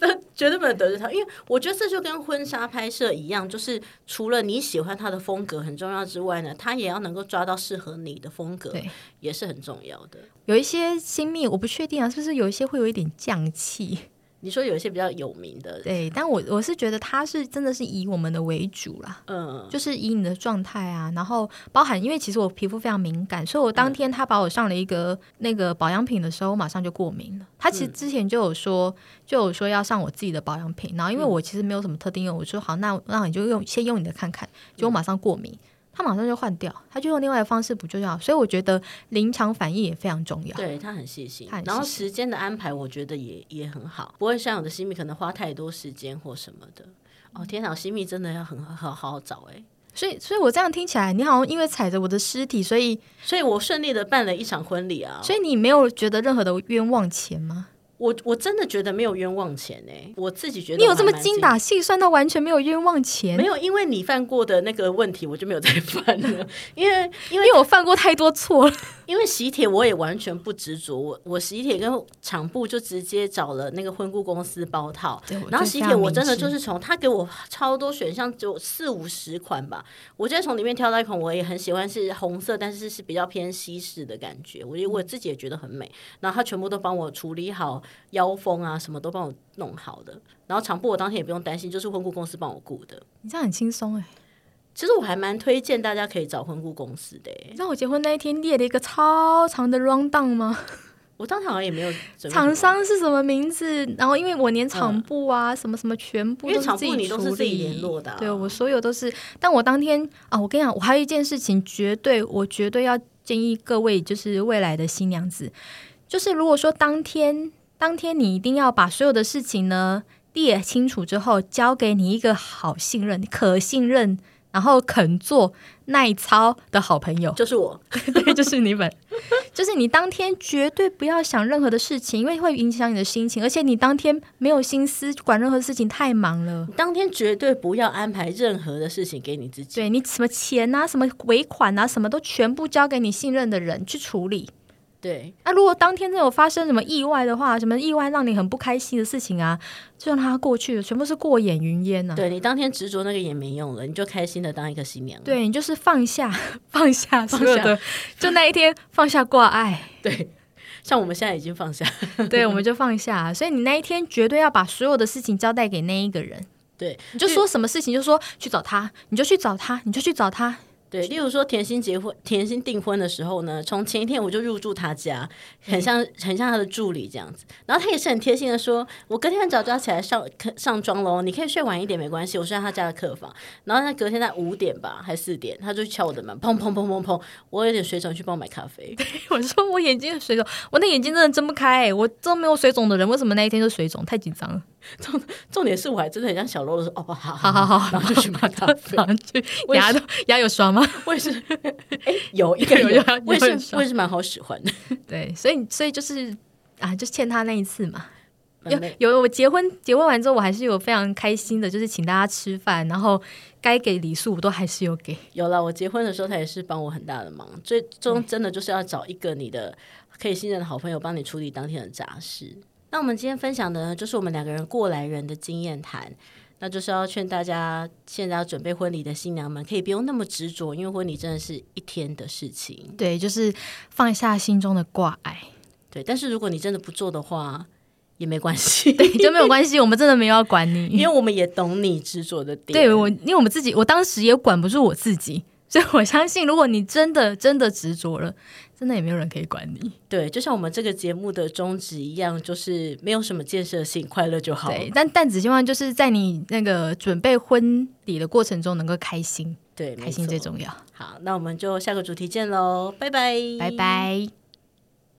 Speaker 1: 那绝对不能得罪他，因为我觉得这就跟婚纱拍摄一样，就是除了你喜欢他的风格很重要之外呢，他也要能够抓到适合你的风格
Speaker 2: 对，
Speaker 1: 也是很重要的。
Speaker 2: 有一些新密我不确定啊，是不是有一些会有一点匠 气？
Speaker 1: 你说有一些比较有名的，
Speaker 2: 对，但我我是觉得他是真的是以我们的为主啦。
Speaker 1: 嗯，
Speaker 2: 就是以你的状态啊，然后包含，因为其实我皮肤非常敏感，所以我
Speaker 1: 嗯
Speaker 2: 当天他把我上了一个那个保养品的时候，我马上就过敏了。他其
Speaker 1: 嗯
Speaker 2: 实之前就有说，就有说要上我自己的保养品，然后因为
Speaker 1: 嗯
Speaker 2: 我其实没有什么特定用，我说好，那那你就用先用你的看看，结
Speaker 1: 嗯
Speaker 2: 果马上过敏。他马上就换掉，他就用另外的方式补救就好，所以我觉得临场反应也非常重要。
Speaker 1: 对他很细心
Speaker 2: 他很，细心
Speaker 1: 然后时间的安排我觉得也也很好，不会像有的新密可能花太多时间或什么的。哦天哪，新密真的要很好好好找哎、
Speaker 2: 所以，所以我这样听起来，你好像因为踩着我的尸体，所以，
Speaker 1: 所以我顺利的办了一场婚礼啊，
Speaker 2: 所以你没有觉得任何的冤枉钱吗？
Speaker 1: 我我真的觉得没有冤枉钱哎、我自己觉得
Speaker 2: 你有
Speaker 1: 我还
Speaker 2: 这么
Speaker 1: 蛮
Speaker 2: 精
Speaker 1: 惊
Speaker 2: 打细算到完全没有冤枉钱？
Speaker 1: 没有，因为你犯过的那个问题，我就没有再 犯了。因为因
Speaker 2: 因
Speaker 1: 为
Speaker 2: 为我犯过太多错了。
Speaker 1: 因为喜帖我也完全不执着，我我喜帖跟厂部就直接找了那个婚顾公司包套
Speaker 2: 对我觉，得
Speaker 1: 然后喜帖我真的
Speaker 2: 非常明智
Speaker 1: 就是从他给我超多选项，只有四五十款吧，我就从里面挑到一款我也很喜欢，是红色，但是是比较偏西式的感觉，我觉得我
Speaker 2: 嗯
Speaker 1: 自己也觉得很美。然后他全部都帮我处理好腰封啊，什么都帮我弄好的。然后厂部我当天也不用担心，就是婚顾公司帮我顾的。
Speaker 2: 你这样很轻松哎！
Speaker 1: 其实我还蛮推荐大家可以找婚顾公司的欸耶
Speaker 2: 你，知道我结婚那一天列了一个超长的 round down 吗？
Speaker 1: 我当场好像也没有准备什么
Speaker 2: 厂，商是什么名字？然后因为我连厂部啊、什么什么全部
Speaker 1: 嗯因为
Speaker 2: 都是
Speaker 1: 厂
Speaker 2: 自
Speaker 1: 部
Speaker 2: 己
Speaker 1: 你都是
Speaker 2: 处
Speaker 1: 自己
Speaker 2: 理
Speaker 1: 联络的啊
Speaker 2: 对我所有都是。但我当天啊，我跟你讲，我还有一件事情，绝对我绝对要建议各位，就是未来的新娘子，就是如果说当天当天你一定要把所有的事情呢列清楚之后，交给你一个好信任、可信任，然后肯做、耐操的好朋友。
Speaker 1: 就是我，
Speaker 2: 对，就是你本，就是你当天绝对不要想任何的事情，因为会影响你的心情，而且你当天没有心思管任何事情，太忙了。
Speaker 1: 你当天绝对不要安排任何的事情给你自己。
Speaker 2: 对你什么钱啊，什么尾款啊，什么都全部交给你信任的人去处理。
Speaker 1: 对，
Speaker 2: 那、如果当天真的有发生什么意外的话，什么意外让你很不开心的事情啊，就让它过去了，全部是过眼云烟呐、啊。
Speaker 1: 对你当天执着那个也没用了，你就开心的当一个新娘。
Speaker 2: 对你就是放下， 放下
Speaker 1: 放
Speaker 2: 所有
Speaker 1: 下
Speaker 2: 的，就那一天放下挂碍。
Speaker 1: 对，像我们现在已经放下，
Speaker 2: 对，我们就放下、所以你那一天绝对要把所有的事情交代给那一个人。
Speaker 1: 对，
Speaker 2: 你就说什么事情就说去找他，你就去找他，你就去找他。
Speaker 1: 对，例如说甜心结婚、甜心订婚的时候呢，从前一天我就入住他家，很像很像他的助理这样子。然后他也是很贴心的说，我隔天很早就要起来上课上妆喽，你可以睡晚一点没关系，我睡在他家的客房。然后他隔天在五点吧，还四点，他就敲我的门，砰砰砰砰砰，我有点水肿，去帮我买咖啡。
Speaker 2: 我说我眼睛水肿，我那眼睛真的睁不开、欸我这没有水肿的人，为什么那一天就水肿？太紧张了。
Speaker 1: 重点是我还真的很像小肉的说，哦，好
Speaker 2: 好
Speaker 1: 好
Speaker 2: 好好，
Speaker 1: 然后就去买咖啡。
Speaker 2: 然后去牙都 牙有刷吗？
Speaker 1: 我也是，哎，有一个
Speaker 2: 有有
Speaker 1: 有
Speaker 2: 有，
Speaker 1: 我也
Speaker 2: 很
Speaker 1: 是
Speaker 2: 爽
Speaker 1: 我也是蛮好喜欢的。
Speaker 2: 对，所以所以就是啊，就欠他那一次嘛。有
Speaker 1: 蛮美
Speaker 2: 有，我结婚结婚完之后，我还是有非常开心的，就是请大家吃饭，然后该给礼数我都还是有给。
Speaker 1: 有了，我结婚的时候他也是帮我很大的忙，最终真的就是要找一个你的可以信任的好朋友帮你处理当天的杂事。那我们今天分享的呢，就是我们两个人过来人的经验谈，那就是要劝大家现在要准备婚礼的新娘们可以不用那么执着，因为婚礼真的是一天的事情。
Speaker 2: 对，就是放下心中的挂碍。
Speaker 1: 对，但是如果你真的不做的话，也没关系，
Speaker 2: 对，就没有关系，我们真的没有要管你。
Speaker 1: 因为我们也懂你执着的点。
Speaker 2: 对我，因为我们自己，我当时也管不住我自己， 所以我相信，如果你真的真的执着了，真的也没有人可以管你。
Speaker 1: 对，就像我们这个节目的宗旨一样，就是没有什么建设性，快乐就好。
Speaker 2: 对，但但只希望就是在你那个准备婚礼的过程中能够开心。
Speaker 1: 对，
Speaker 2: 开心
Speaker 1: 没
Speaker 2: 最
Speaker 1: 错。
Speaker 2: 重要。
Speaker 1: 好，那我们就下个主题见喽，拜拜，
Speaker 2: 拜。拜。